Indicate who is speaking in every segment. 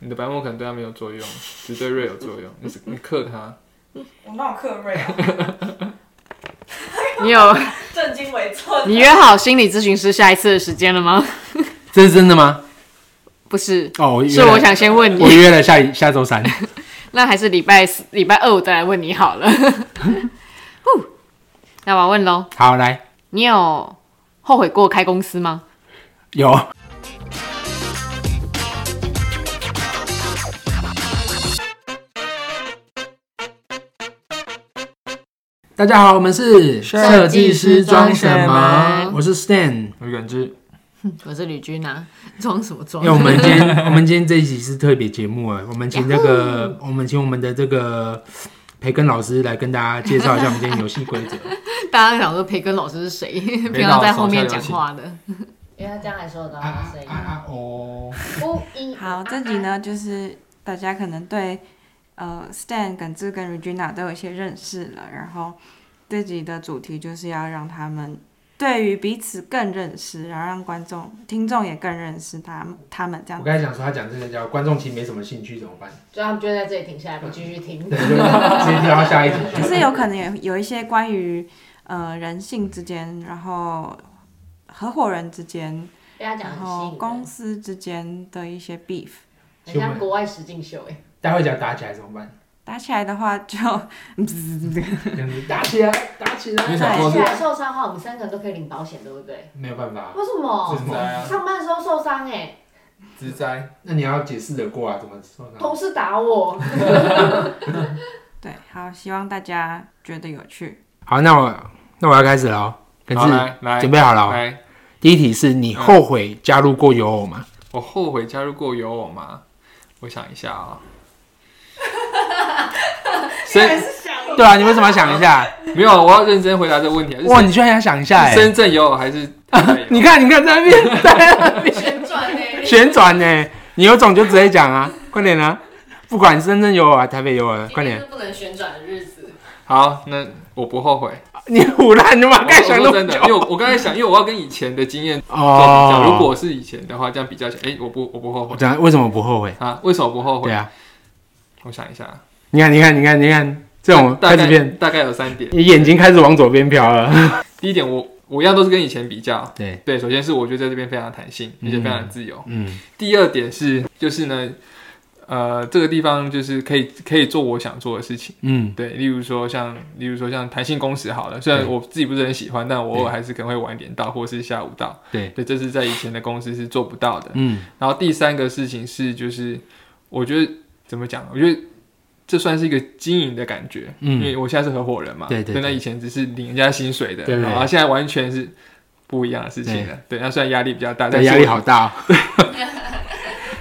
Speaker 1: 你的白沫可能对他没有作用，只对瑞有作用。你你克他，
Speaker 2: 我哪有克 瑞啊？
Speaker 3: 你有
Speaker 2: 正襟危坐。
Speaker 3: 你约好心理咨询师下一次的时间了吗？
Speaker 4: 这是真的吗？
Speaker 3: 不是，
Speaker 4: 哦，我约
Speaker 3: 是
Speaker 4: 了
Speaker 3: 我想先问
Speaker 4: 我
Speaker 3: 你，
Speaker 4: 约了下一下周三。
Speaker 3: 那还是礼拜四、礼拜二我再来问你好了。 呼那我要问喽，
Speaker 4: 好，来
Speaker 3: 你有后悔过开公司吗？
Speaker 4: 有大家好，我们是
Speaker 3: 设计师装什么
Speaker 4: 我是 Stan。
Speaker 1: 我远之
Speaker 3: 我是吕君啊，装什么装
Speaker 4: 因为我们今天我们今天这一集是特别节目啊，我们请这个我们请我们的这个培根老师来跟大家介绍一下我们今天游戏规 则。
Speaker 3: 大家想说培根老师是谁？
Speaker 1: 培
Speaker 3: 平
Speaker 1: 根老
Speaker 3: 常
Speaker 1: 师
Speaker 3: 在后面讲话的。
Speaker 5: 因为他这样还收得到
Speaker 4: 啊
Speaker 5: 他的声音
Speaker 4: 啊。啊哦！
Speaker 5: 不一
Speaker 2: 好，这集呢，就是大家可能对呃 Stan、耿志跟 Regina 都有一些认识了，然后这集的主题就是要让他们对于彼此更认识，然后让观众、听众也更认识他们，他们这
Speaker 5: 啊
Speaker 2: 样
Speaker 4: 我。刚才讲说他讲这个叫观众其实没什么兴趣怎么办？
Speaker 5: 就他们就在这里停下来，不继续听。
Speaker 4: 对，就直接跳到下一集去。
Speaker 2: 就是有可能有有一些关于呃人性之间，然后合伙人之间，
Speaker 5: 被他讲
Speaker 2: 然
Speaker 5: 得
Speaker 2: 后
Speaker 5: 很吸
Speaker 2: 公
Speaker 5: 引
Speaker 2: 司之间的一些 beef。
Speaker 5: 人，很像国外实境秀哎。
Speaker 4: 待会讲打起来怎 么办？
Speaker 2: 打起来的话就，
Speaker 4: 这样子打起来，打起来，
Speaker 1: 你想
Speaker 5: 而
Speaker 1: 过
Speaker 5: 且
Speaker 1: 是
Speaker 5: 还受伤的话，我们三个人都可以领保险，对不对？
Speaker 4: 没有办法，
Speaker 5: 为什
Speaker 4: 为什
Speaker 5: 么？
Speaker 1: 自灾啊，
Speaker 5: 上班的时候受伤哎，
Speaker 1: 自灾。
Speaker 4: 那你要解释得过啊？怎么说呢？
Speaker 5: 同事打 我，
Speaker 2: 对，好，希望大家觉得有趣。
Speaker 4: 好，那我那我要开始了哦。可
Speaker 1: 好，
Speaker 4: 是
Speaker 1: 来来
Speaker 4: 准备好了哦。
Speaker 1: 来，
Speaker 4: 第一题是你后悔加入过游偶吗？
Speaker 1: 我后悔加入过有我吗？我想一下 啊、深嗯
Speaker 4: 对啊，你为什么要想 一下？
Speaker 1: 没有，我要认真回答这个问题啊。是
Speaker 4: 哇，你居然要想一下哎
Speaker 1: 是！深圳有我还 是台北有我？
Speaker 4: 你看，你看在那边在那 边
Speaker 5: 旋转哎。
Speaker 4: 旋转呢，你有种就直接讲啊，快点啊！不管深圳有我啊，台北有我啊，快点！
Speaker 5: 是不能旋转的日子。
Speaker 1: 好，那我不后悔。
Speaker 4: 你胡乱，你妈
Speaker 1: 我
Speaker 4: 该想
Speaker 1: 我说
Speaker 4: 那么
Speaker 1: 真的，
Speaker 4: 久
Speaker 1: 因为我我刚才想，因为我要跟以前的经验做比较。如
Speaker 4: 哦。
Speaker 1: 果是以前的话，这样比较起来，哎、我不我不后悔
Speaker 4: 我讲为什么不后悔？
Speaker 1: 啊？为什么不后
Speaker 4: 对
Speaker 1: 悔？
Speaker 4: 啊，
Speaker 1: 我想一下，
Speaker 4: 你看，你看，你看，你看，这种
Speaker 1: 大
Speaker 4: 开
Speaker 1: 概
Speaker 4: 始变，
Speaker 1: 大概有三点。
Speaker 4: 你眼睛开始往左边瞟了。
Speaker 1: 第一点，我我一样都是跟以前比较。
Speaker 4: 对，
Speaker 1: 对，首先是我觉得在这边非常弹性，而且非常自由。
Speaker 4: 嗯，
Speaker 1: 第二点是，就是呢，呃，这个地方就是可以可以做我想做的事情。
Speaker 4: 嗯，
Speaker 1: 对，例如说像，例如说像弹性工时好了，虽然
Speaker 4: 对
Speaker 1: 我自己不是很喜欢，但我偶尔还是可能会晚一点到，或是下午到。
Speaker 4: 对，
Speaker 1: 对，这是在以前的公司是做不到的。
Speaker 4: 嗯，
Speaker 1: 然后第三个事情是，就是我觉得怎么讲？我觉得这算是一个经营的感觉，
Speaker 4: 嗯
Speaker 1: 因为我现在是合伙人嘛，
Speaker 4: 对对对
Speaker 1: 那以前只是领人家薪水的，
Speaker 4: 对对对
Speaker 1: 然后现在完全是不一样的事情了。对，那虽然压力比较大，但
Speaker 4: 对，
Speaker 1: 是
Speaker 4: 压
Speaker 1: 我
Speaker 4: 力好，大哦。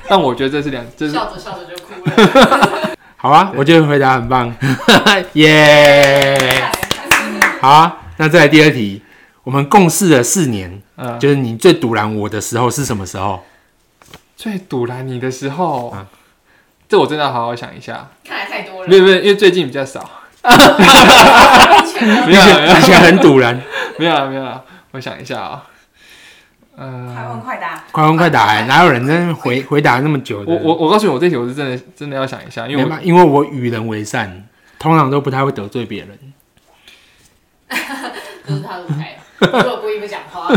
Speaker 1: 但我觉得这是两，这是
Speaker 5: 笑着笑着就哭 了。
Speaker 4: 好啊，我觉得回答很 棒，耶！好啊，那再来第二题，我们共事了四年，
Speaker 1: 呃
Speaker 4: 就是你最堵拦我的时候是什么时候？
Speaker 1: 最堵拦你的时候，
Speaker 4: 啊
Speaker 1: 这我真的要好好想一下。
Speaker 5: 看来太多
Speaker 1: 没有没有，因为最近比较少，没有
Speaker 4: 以
Speaker 1: 啊
Speaker 4: 前以前很堵拦，
Speaker 1: 没有了啊没有了，我想一下啊、嗯、
Speaker 2: 快问快答，
Speaker 4: 快问快答、欸，哪有人在那边回回答那么久的？
Speaker 1: 我我我告诉你，我这题我是真的真的要想一下，因为
Speaker 4: 没
Speaker 1: 我
Speaker 4: 办法因为我与人为善，通常都不太会得罪别人。
Speaker 5: 这是他的舞台。如 果故意不讲话，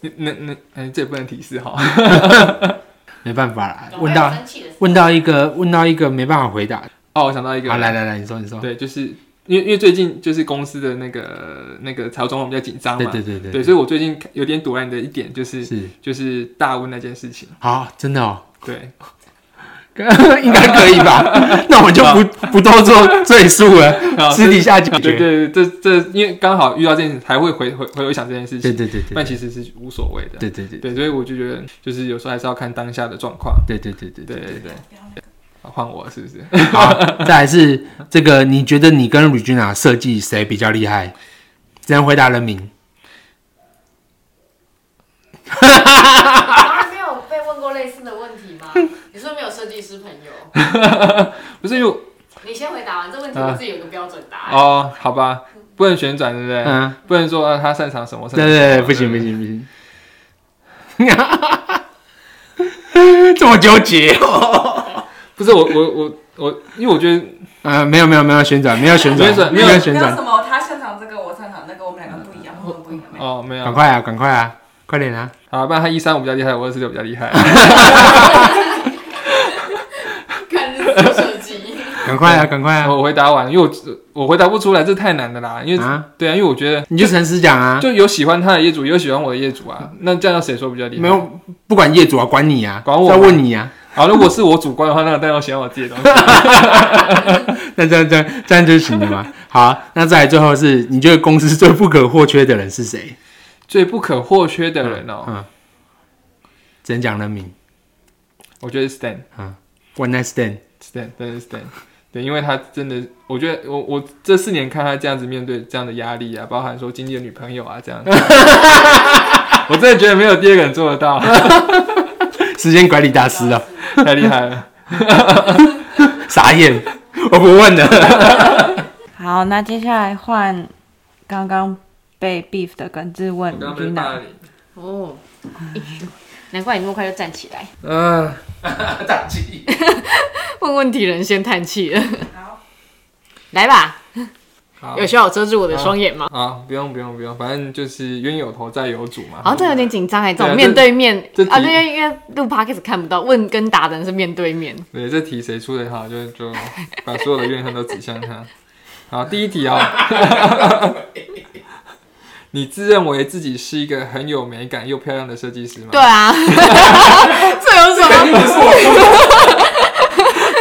Speaker 1: 那那哎、这也不能提示哈。
Speaker 4: 没办法啦，
Speaker 5: 总会
Speaker 4: 问
Speaker 5: 有
Speaker 4: 到
Speaker 5: 生气的时候
Speaker 4: 问到一个问到一个没办法回答。
Speaker 1: 哦，我想到一个，
Speaker 4: 好，来来来，你说你说。
Speaker 1: 对，就是因为因为最近就是公司的那个那个财务状况比较紧张嘛，
Speaker 4: 对对对对
Speaker 1: 所以我最近有点堵拦你的一点就是
Speaker 4: 是
Speaker 1: 就是大温那件事情，
Speaker 4: 好，真的 哦，
Speaker 1: 对，
Speaker 4: 应该可以 吧？那我就不不多做赘述 了，
Speaker 1: 然后
Speaker 4: 私底下解
Speaker 1: 对
Speaker 4: 决。
Speaker 1: 对对，这这因为刚好遇到这件事，才会回回回想这件事
Speaker 4: 对
Speaker 1: 情，
Speaker 4: 对对对
Speaker 1: 但其实是无所谓的，
Speaker 4: 对对对
Speaker 1: 对，所以我就觉得就是有时候还是要看当下的状况，
Speaker 4: 对对对对
Speaker 1: 对对对，好换我是不 是？
Speaker 4: 对。好，再来是这个，你觉得你跟吕君雅设计谁比较厉害？只能回答人名。
Speaker 5: 从来没有被问过类似的问题 吗？你是不是没有设计师朋友？
Speaker 1: 不是因为我
Speaker 5: 你先回答完这问
Speaker 3: 啊
Speaker 5: 题，我自己有个标准答案。
Speaker 1: 哦，好吧，不能旋转，对不对？
Speaker 4: 嗯，
Speaker 1: 不能说啊他擅长什么，擅
Speaker 4: 对
Speaker 1: 长
Speaker 4: 对
Speaker 1: 什
Speaker 4: 对，
Speaker 1: 么
Speaker 4: 不行不。
Speaker 1: 对
Speaker 4: 行不行。 这么纠结哦。
Speaker 1: 不是我我我我，因为我觉得
Speaker 4: 呃，没有没有没有旋转，没有旋
Speaker 1: 没有旋转
Speaker 4: 转，
Speaker 1: 没有
Speaker 4: 有
Speaker 6: 不
Speaker 4: 旋
Speaker 6: 要
Speaker 4: 转
Speaker 6: 什，么他擅长这个，我擅长那个，我们两个不一样，我们不一样。
Speaker 1: 哦没有
Speaker 4: 赶，快啊，赶快啊，快点啊！
Speaker 1: 啊，不然他一三我比较厉害，我二四六比较厉 害。
Speaker 5: 看日子设计，
Speaker 4: 赶快啊，赶快啊！
Speaker 1: 我回答完，因为我我回答不出来，这太难的啦。因为、
Speaker 4: 啊，
Speaker 1: 对啊，因为我觉得
Speaker 4: 你就诚实讲啊，
Speaker 1: 就有喜欢他的业主，也有喜欢我的业主啊。那这样要谁说比较厉害？
Speaker 4: 没。有不管业主啊，管你啊，
Speaker 1: 管我
Speaker 4: 在问你啊。
Speaker 1: 好，如果是我主观的话，那当然要喜欢我自己的东 西。
Speaker 4: 那这样这样这样就行了吗？好啊，那再来最后是，你觉得公司 最不可或缺的人是谁？
Speaker 1: 最不可或缺的人哦、
Speaker 4: 嗯，只能讲人名。
Speaker 1: 我觉得是 Stan
Speaker 4: One night stand，
Speaker 1: Stan 真的是 Stan，对，因为他真的，我觉得我我这四年看他这样子面对这样的压力啊，包含说经纪的女朋友啊这 样子，我真的觉得没有第二个人做得到，
Speaker 4: 时间管理大师啊，
Speaker 1: 太厉害了。
Speaker 4: 傻眼，我不问了。
Speaker 2: 好，那接下来换刚刚被 beef 的耿志问居南，
Speaker 1: 凌，
Speaker 3: 哦，哎呦难怪你那么快就站起来。
Speaker 1: 嗯、
Speaker 3: 问问题人先叹气了。来吧，
Speaker 1: 好
Speaker 3: 有需要我遮住我的双眼吗？
Speaker 1: 啊，不用不用不用，反正就是冤有头债有主嘛。
Speaker 3: 好像真的有点紧张哎，这
Speaker 1: 对啊
Speaker 3: 种面对面
Speaker 1: 这这
Speaker 3: 啊，对，因为因为录 podcast 看不到，问跟答的人是面对面。
Speaker 1: 对，这题谁出的好，就 就把所有的怨恨都指向他。好，第一题 啊、你自认为自己是一个很有美感又漂亮的设计师吗？
Speaker 3: 对，啊， 这有什么？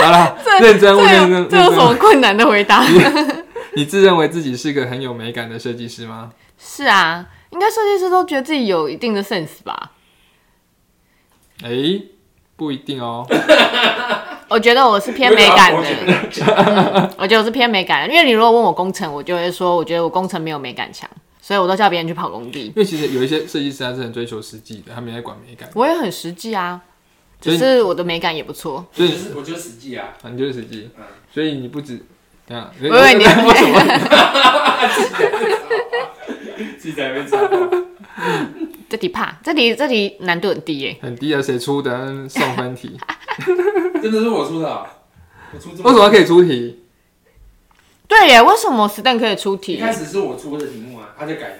Speaker 1: 好了，认真
Speaker 3: 这
Speaker 1: 啊问认真
Speaker 3: 有
Speaker 1: 认
Speaker 3: 这有什么
Speaker 1: 真。
Speaker 3: 困难的回答？
Speaker 1: 你自认为自己是一个很有美感的设计师吗？
Speaker 3: 是啊，应该设计师都觉得自己有一定的 sense 吧？
Speaker 1: 哎、不一定哦。
Speaker 3: 我觉得我是偏
Speaker 1: 啊
Speaker 3: 美感的，嗯我觉得我是偏美感的，因为你如果问我工程，我就会说，我觉得我工程没有美感强，所以我都叫别人去跑工地。
Speaker 1: 因为其实有一些设计师他是很追求实际的，他没在管美感，
Speaker 3: 我也很实际啊，
Speaker 1: 所以
Speaker 3: 只
Speaker 1: 你
Speaker 3: 是我的美感也不错。
Speaker 1: 所以
Speaker 4: 我就实际啊，
Speaker 1: 啊，你就是实际，所以你不止这样。
Speaker 3: 我以为你
Speaker 1: 为什么？
Speaker 4: 自己在那边找。
Speaker 3: 这题怕，这题这题难度很低耶、
Speaker 1: 很低啊，谁出的送分 题？
Speaker 4: 真的是我出的、啊我出
Speaker 1: 为什么可以出题？
Speaker 3: 对耶，为什么 Stan 可以出题？
Speaker 4: 始是我出的题目啊，他就改了。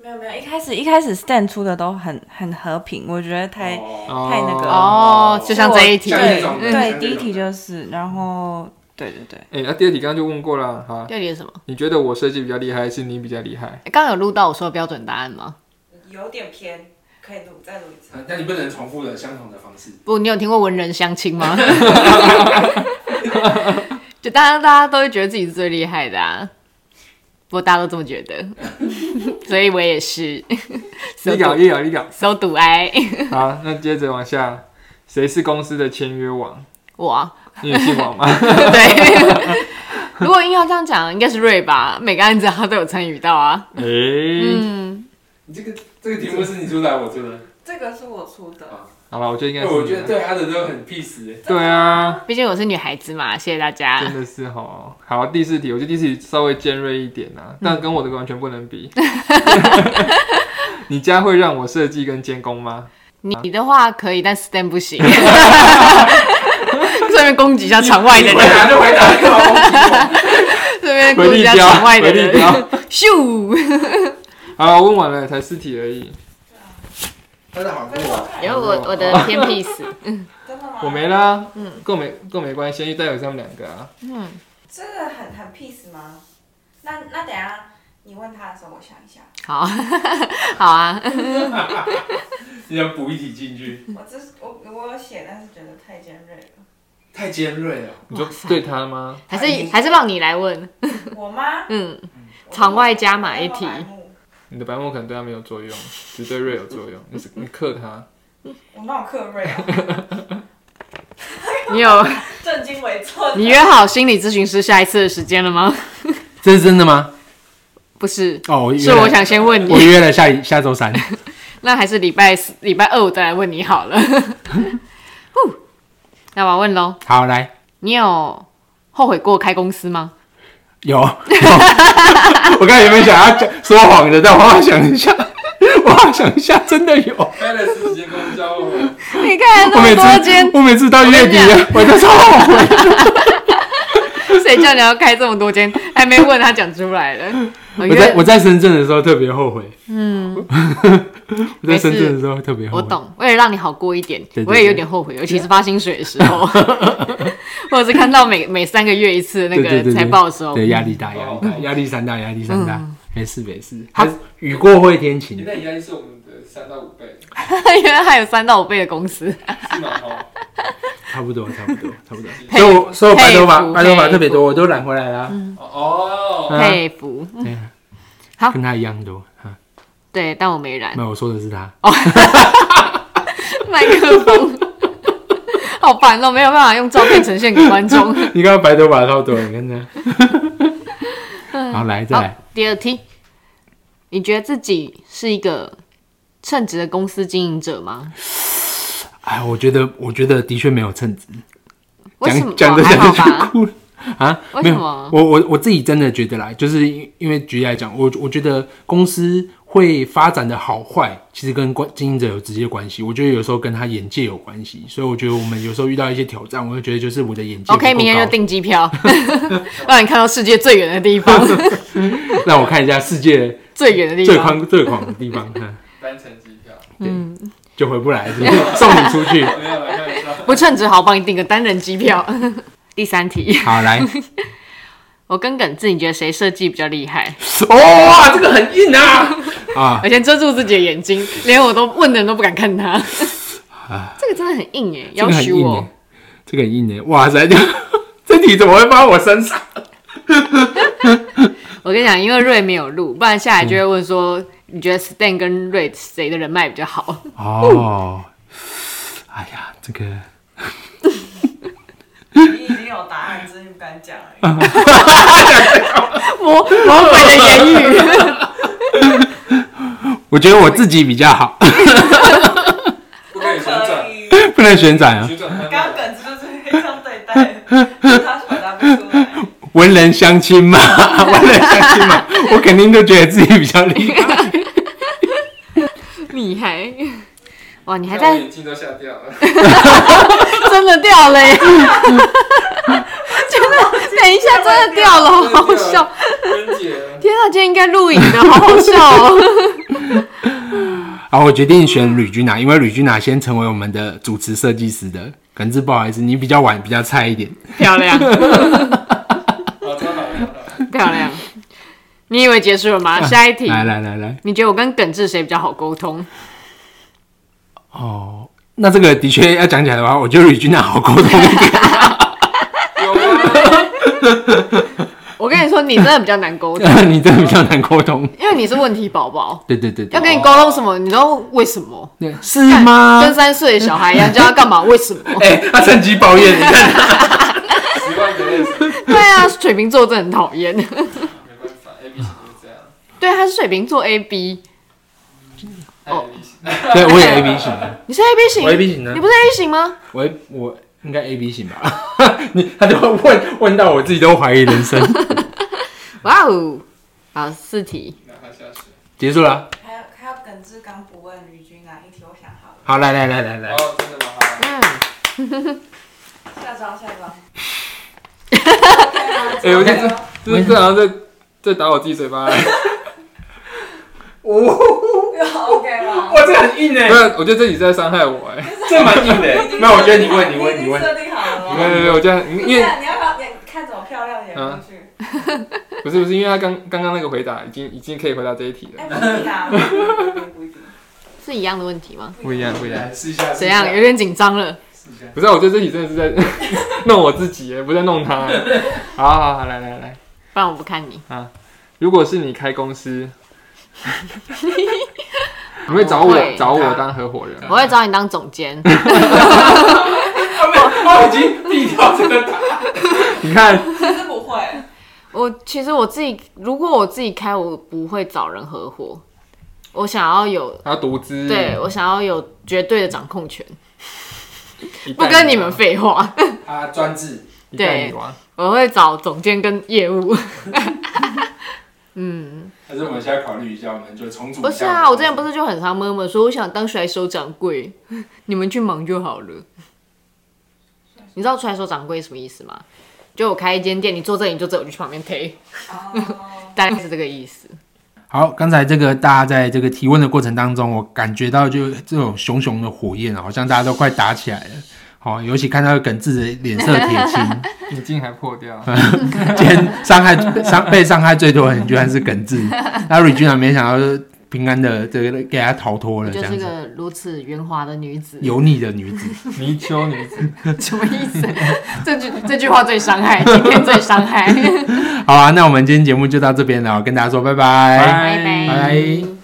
Speaker 2: 没有没有，一开始一开始 Stan 出的都很很和平，我觉得太、
Speaker 4: 哦，
Speaker 1: 哦
Speaker 2: 太那个
Speaker 3: 哦，就像这一题。
Speaker 4: 像
Speaker 2: 对
Speaker 4: 这种的像这
Speaker 2: 对，
Speaker 4: 种
Speaker 2: 第一题
Speaker 4: 的
Speaker 2: 就是，然后对对对，
Speaker 1: 哎、那、第二题刚刚就问过了，好，
Speaker 3: 这题是什么？
Speaker 1: 你觉得我设计比较厉害，还是你比较厉 害？
Speaker 3: 刚刚有录到我说的标准答案吗？
Speaker 6: 有点偏，可以录再录一次。
Speaker 4: 但你不能重复的相同的方式。
Speaker 3: 不，你有听过文人相亲吗？就大家大家都会觉得自己是最厉害的啊，不过大家都这么觉得，所以我也是。
Speaker 1: 你搞一搞一搞，
Speaker 3: So do I，
Speaker 1: 好，那接着往下，谁是公司的签约王？
Speaker 3: 我啊
Speaker 1: 你也姓 王吗？
Speaker 3: 对。如果硬要这样讲，应该是瑞吧，每个案子他都有参与到啊。
Speaker 1: 哎、
Speaker 3: 嗯，
Speaker 4: 你这个这个题目是你出的还是我出的？
Speaker 6: 这个是我出的，
Speaker 1: 好了，我觉得应该
Speaker 4: 对，
Speaker 1: 是
Speaker 4: 我觉
Speaker 1: 你
Speaker 4: 得
Speaker 1: 啊
Speaker 4: 对他的都很 peace 欸。
Speaker 1: 对啊，
Speaker 3: 毕竟我是女孩子嘛，谢谢大
Speaker 1: 真
Speaker 3: 家。
Speaker 1: 的是哈。好，第四题，我觉得第四题稍微尖锐一点
Speaker 3: 嗯
Speaker 1: 啊，但跟我这个完全不能 比。你家会让我设计跟监工 吗？
Speaker 3: 你你的话可以，但 Stan 不行。顺便攻击一下场外的
Speaker 4: 回
Speaker 3: 人，
Speaker 4: 答就回答，干嘛攻击
Speaker 3: 顺
Speaker 4: 我
Speaker 3: 便攻
Speaker 1: 回
Speaker 3: 击
Speaker 1: 力
Speaker 3: 一下
Speaker 1: 标，
Speaker 3: 场外
Speaker 1: 回
Speaker 3: 的
Speaker 1: 力
Speaker 3: 人。
Speaker 1: 标。
Speaker 3: 咻！
Speaker 1: 好了，我问完了，才四题而已。
Speaker 4: 真的好酷哦！
Speaker 3: 然后我我的天 piece，
Speaker 6: 真的吗？
Speaker 1: 啊我没啦，嗯，够没够没关系，因为待会他们两个啊。
Speaker 6: 这个很很 peace 吗？那那等一下你问他的时候，我想一下，
Speaker 3: 好好啊，
Speaker 4: 你要补一题进去，
Speaker 1: 嗯
Speaker 6: 我这我我有写，但是觉得太尖锐了。
Speaker 4: 太尖锐了。
Speaker 1: 你说对他吗？
Speaker 3: 还是还是让你来问。
Speaker 6: 我吗？
Speaker 3: 嗯， 场外加码一题
Speaker 6: 我那么白目
Speaker 1: 你的白目可能对他没有作用，只对瑞有作用。 你是你克他，
Speaker 6: 我那有克瑞 啊，
Speaker 3: 你有
Speaker 6: 正襟危坐。
Speaker 3: 你约好心理咨询师下一次的时间了吗？
Speaker 4: 这是真的吗？
Speaker 3: 不是，
Speaker 4: 哦，我约
Speaker 3: 是
Speaker 4: 了
Speaker 3: 我想先问
Speaker 4: 我
Speaker 3: 你，
Speaker 4: 约了下一下周三。
Speaker 3: 那还是礼拜四、礼拜二我再来问你好了。呼那我要问喽，
Speaker 4: 好，来，
Speaker 3: 你有后悔过开公司吗？
Speaker 4: 有。 有我刚才有没有想要讲说谎的？ 但我好想一下，我好想一下，真的有。
Speaker 1: 开了四节公交，
Speaker 3: 你看
Speaker 1: 我
Speaker 3: 那
Speaker 1: 每
Speaker 3: 么多
Speaker 1: 次
Speaker 3: 间，
Speaker 1: 我每次到月底
Speaker 3: 我
Speaker 4: 啊
Speaker 3: 跟你，
Speaker 1: 我都超后悔。
Speaker 3: 谁叫你要开这么多间？还没问他讲出来了。 我
Speaker 4: 我在
Speaker 3: 约
Speaker 4: 我在深圳的时候特别后悔，
Speaker 3: 嗯，
Speaker 4: 我在深圳的时候特别后
Speaker 3: 我
Speaker 4: 悔。
Speaker 3: 懂，为了让你好过一点，
Speaker 4: 对对
Speaker 3: 我也有点后悔，尤其是发薪水的时候， 或者是看到每每三个月一次的那
Speaker 4: 对对对
Speaker 3: 个
Speaker 4: 对
Speaker 3: 财报的时候，
Speaker 4: 对，压力大，压力大，压力山大，压力山大。
Speaker 3: 嗯
Speaker 4: 没事没事，他雨过会天晴。
Speaker 1: 在压力是我们的三到五倍，
Speaker 3: 原来还有三到五倍的公司，
Speaker 1: 是吗？哦，
Speaker 4: 差不多，差不多，差不 多。
Speaker 3: 佩
Speaker 4: 所以我，所以我白头
Speaker 3: 佩
Speaker 4: 发，
Speaker 3: 服
Speaker 4: 白头发特别
Speaker 3: 佩
Speaker 4: 多，我都染回来啦，
Speaker 1: 哦，
Speaker 4: 嗯
Speaker 3: 佩服。
Speaker 4: 对啊
Speaker 3: 嗯好哎
Speaker 4: 跟他一样多啊。
Speaker 3: 对，但我没染
Speaker 4: 没有，我说的是他。
Speaker 3: 麦克风， 好烦哦，没有办法用照片呈现给观 众。
Speaker 4: 你看他白头发超多，你看他。 好，来
Speaker 3: 嗯
Speaker 4: 再
Speaker 3: 好
Speaker 4: 来。，
Speaker 3: 第二题，你觉得自己是一个称职的公司经营者吗？
Speaker 4: 哎，我觉得，我觉得的确没有称职。
Speaker 3: 为什么
Speaker 4: 讲讲着
Speaker 3: 哦还
Speaker 4: 讲
Speaker 3: 好
Speaker 4: 着就
Speaker 3: 吧？
Speaker 4: 哭了啊？
Speaker 3: 为
Speaker 4: 没
Speaker 3: 什
Speaker 4: 有，
Speaker 3: 么
Speaker 4: 我我我自己真的觉得啦，就是因因为举例来讲，我我觉得公司会发展的好坏，其实跟关经营者有直接关系。我觉得有时候跟他眼界有关系，所以我觉得我们有时候遇到一些挑战，我会觉得就是我的眼界不够
Speaker 3: ？OK，明天就
Speaker 4: 高
Speaker 3: 订机票， 让你看到世界最远的地 方，
Speaker 4: 让我看一下世界
Speaker 3: 最远的地
Speaker 4: 最
Speaker 3: 方。
Speaker 4: 宽最广的地方，嗯
Speaker 1: 单程机票
Speaker 4: 就回不来，是不是 送你出去。
Speaker 1: 没有来看一下。
Speaker 3: 不称职，好，帮你订个单人机 票。第三题，
Speaker 4: 好，来，
Speaker 3: 我跟耿志，你觉得谁设计比较厉害？
Speaker 4: 哦，哇这个很硬啊啊！
Speaker 3: 我先遮住自己的眼 睛，连我都问的人都不敢看他。这个真的很硬哎，
Speaker 4: 啊这
Speaker 3: 要
Speaker 4: 个很
Speaker 3: 求
Speaker 4: 硬
Speaker 3: 我
Speaker 4: 耶。，这个很硬耶！欸哇塞，这 这题怎么会放在我身上？
Speaker 3: 我跟你讲，因为瑞没有录，不然下来就会问说，你觉得 Stan 跟瑞谁的人脉比较好？
Speaker 4: 哦，哎呀，这个
Speaker 6: 你已经有答案，只是你不敢讲 而已。
Speaker 4: 哦
Speaker 3: 魔魔 鬼的言语。
Speaker 4: 我觉得我自己比较好，
Speaker 1: 不
Speaker 6: 不可，以，
Speaker 4: 不能旋转啊，
Speaker 1: 旋转
Speaker 6: 刚刚耿直就是被这样对待， 就是他回答不出 来。
Speaker 4: 文人相亲 嘛，文人相亲嘛，我肯定都觉得自己比较厉害。
Speaker 3: 厉害！哇，你还
Speaker 1: 看我
Speaker 3: 在
Speaker 1: 眼镜都吓掉了。
Speaker 3: 真的掉了耶！真嗯的， 等一下真的掉了，好好笑！
Speaker 1: 分解了。
Speaker 3: 天啊，今天应该录影的，好好笑哦！
Speaker 4: 好，我决定选吕君娜，因为吕君娜先成为我们的主持设计师的。耿志，不好意思，你比较晚，比较菜一点。
Speaker 3: 漂 亮，
Speaker 1: 好，超好，超好。
Speaker 3: 漂亮！你以为结束了吗？下一题，
Speaker 4: 来来来来，
Speaker 3: 你觉得我跟耿志谁比较好沟 通？
Speaker 4: 哦，那这个的确要讲起来的话，我觉得吕君娜好沟通一点。
Speaker 1: 有吗？
Speaker 3: 我跟你说，你真的比较难 沟通，
Speaker 4: 你真的比较难沟通。
Speaker 3: 因为你是问题宝宝。
Speaker 4: 对对对对哦
Speaker 3: 要跟你沟通什么，你知道为什么？
Speaker 4: 对，是吗？
Speaker 3: 跟三岁的小孩一样，叫他干嘛？为什么？
Speaker 4: 哎、他趁机抱怨，你 看，
Speaker 1: 十万个认识，
Speaker 3: 对啊，水瓶座真的很讨 厌。
Speaker 1: 没办法，A B 型就是这样。
Speaker 3: 对，他是水瓶座 A B，
Speaker 1: 爱 A B 型，
Speaker 4: 对我也 A B 型，
Speaker 3: 你是 A B 型，
Speaker 4: 我 A B 型呢
Speaker 3: 你不是 A 型吗？
Speaker 4: 我我应该 A B 型吧？ 你他就会问问到我自己都怀疑人生。
Speaker 3: 哇哦，好四题，
Speaker 1: 哪怕下水。
Speaker 4: 结束了，
Speaker 6: 还有还有耿志刚不问吕军哪一题，我想好了，
Speaker 4: 好，来来来来来，
Speaker 1: 哦，真的吗？好
Speaker 3: 嗯，
Speaker 6: 下装下 装。
Speaker 1: 哎，我觉得这这这好像在在打我自己嘴巴。
Speaker 4: 哦，
Speaker 6: OK 吗？
Speaker 4: 哇，这很硬 哎
Speaker 1: 不是，我觉得这里是在伤害我哎。
Speaker 4: 这蛮硬 的那我觉得你问，你问，你问，
Speaker 6: 设定好了
Speaker 3: 哦
Speaker 1: 没有没有没有，我觉得因
Speaker 6: 你
Speaker 1: 为
Speaker 6: 看你要不要你看怎么漂亮演过去？
Speaker 1: 不是不是，因为他刚刚刚那个回答已经已经可以回答这一题了。
Speaker 6: 哎，不一定啊，不一定不一定。
Speaker 3: 是一样的问题吗？
Speaker 1: 不一样不一样，
Speaker 7: 试一下，
Speaker 3: 怎样？有点紧张了。
Speaker 1: 不是啊，我觉得这题真的是在 弄我自己哎，不是在弄他哎。好好好，来来来，
Speaker 3: 不然我不看你。
Speaker 1: 如果是你开公 司，你会找我
Speaker 3: 我会
Speaker 1: 找我当合伙人吗？
Speaker 3: 我会找你当总监，
Speaker 4: 我已经避掉这个，
Speaker 1: 你看，
Speaker 6: 其实 不会，
Speaker 3: 我其实我自己，如果我自己开，我不会找人合伙。我想要有，
Speaker 1: 他独资，
Speaker 3: 对我想要有绝对的掌控权，
Speaker 1: 一代
Speaker 3: 不
Speaker 1: 女王
Speaker 3: 跟你们废话。
Speaker 4: 啊
Speaker 7: 他专制，
Speaker 1: 一代女王。
Speaker 3: 我会找总监跟业务。嗯，
Speaker 4: 还是我们现在考虑一下，我们就重组一下
Speaker 3: 不是啊，我之前不是就很常闷闷说我想当甩手掌柜， 你们去忙就好了。你知道甩手掌柜什么意思吗？就我开一间店，你坐这里，你坐这，我就去旁边推， 大概是这个意思。
Speaker 4: 好，刚才这个大家在这个提问的过程当中，我感觉到就这种熊熊的火焰啊，好像大家都快打起来了。好、尤其看到耿志的脸色铁青，
Speaker 1: 眼镜还破掉，
Speaker 4: 今天伤害伤被伤害最多的人居然是耿志，那 Regina 没想到平安的这个给他逃脱
Speaker 3: 我
Speaker 4: 了，这
Speaker 3: 就
Speaker 4: 样
Speaker 3: 是
Speaker 4: 子
Speaker 3: 个如此圆滑的女子，
Speaker 4: 油腻的女子。
Speaker 1: 泥鳅女子。
Speaker 3: 什么意思？ 这句这句话最伤害，今天最伤 害。
Speaker 4: 好啊，那我们今天节目就到这边了，跟大家说拜拜
Speaker 1: 拜
Speaker 3: 拜
Speaker 4: 拜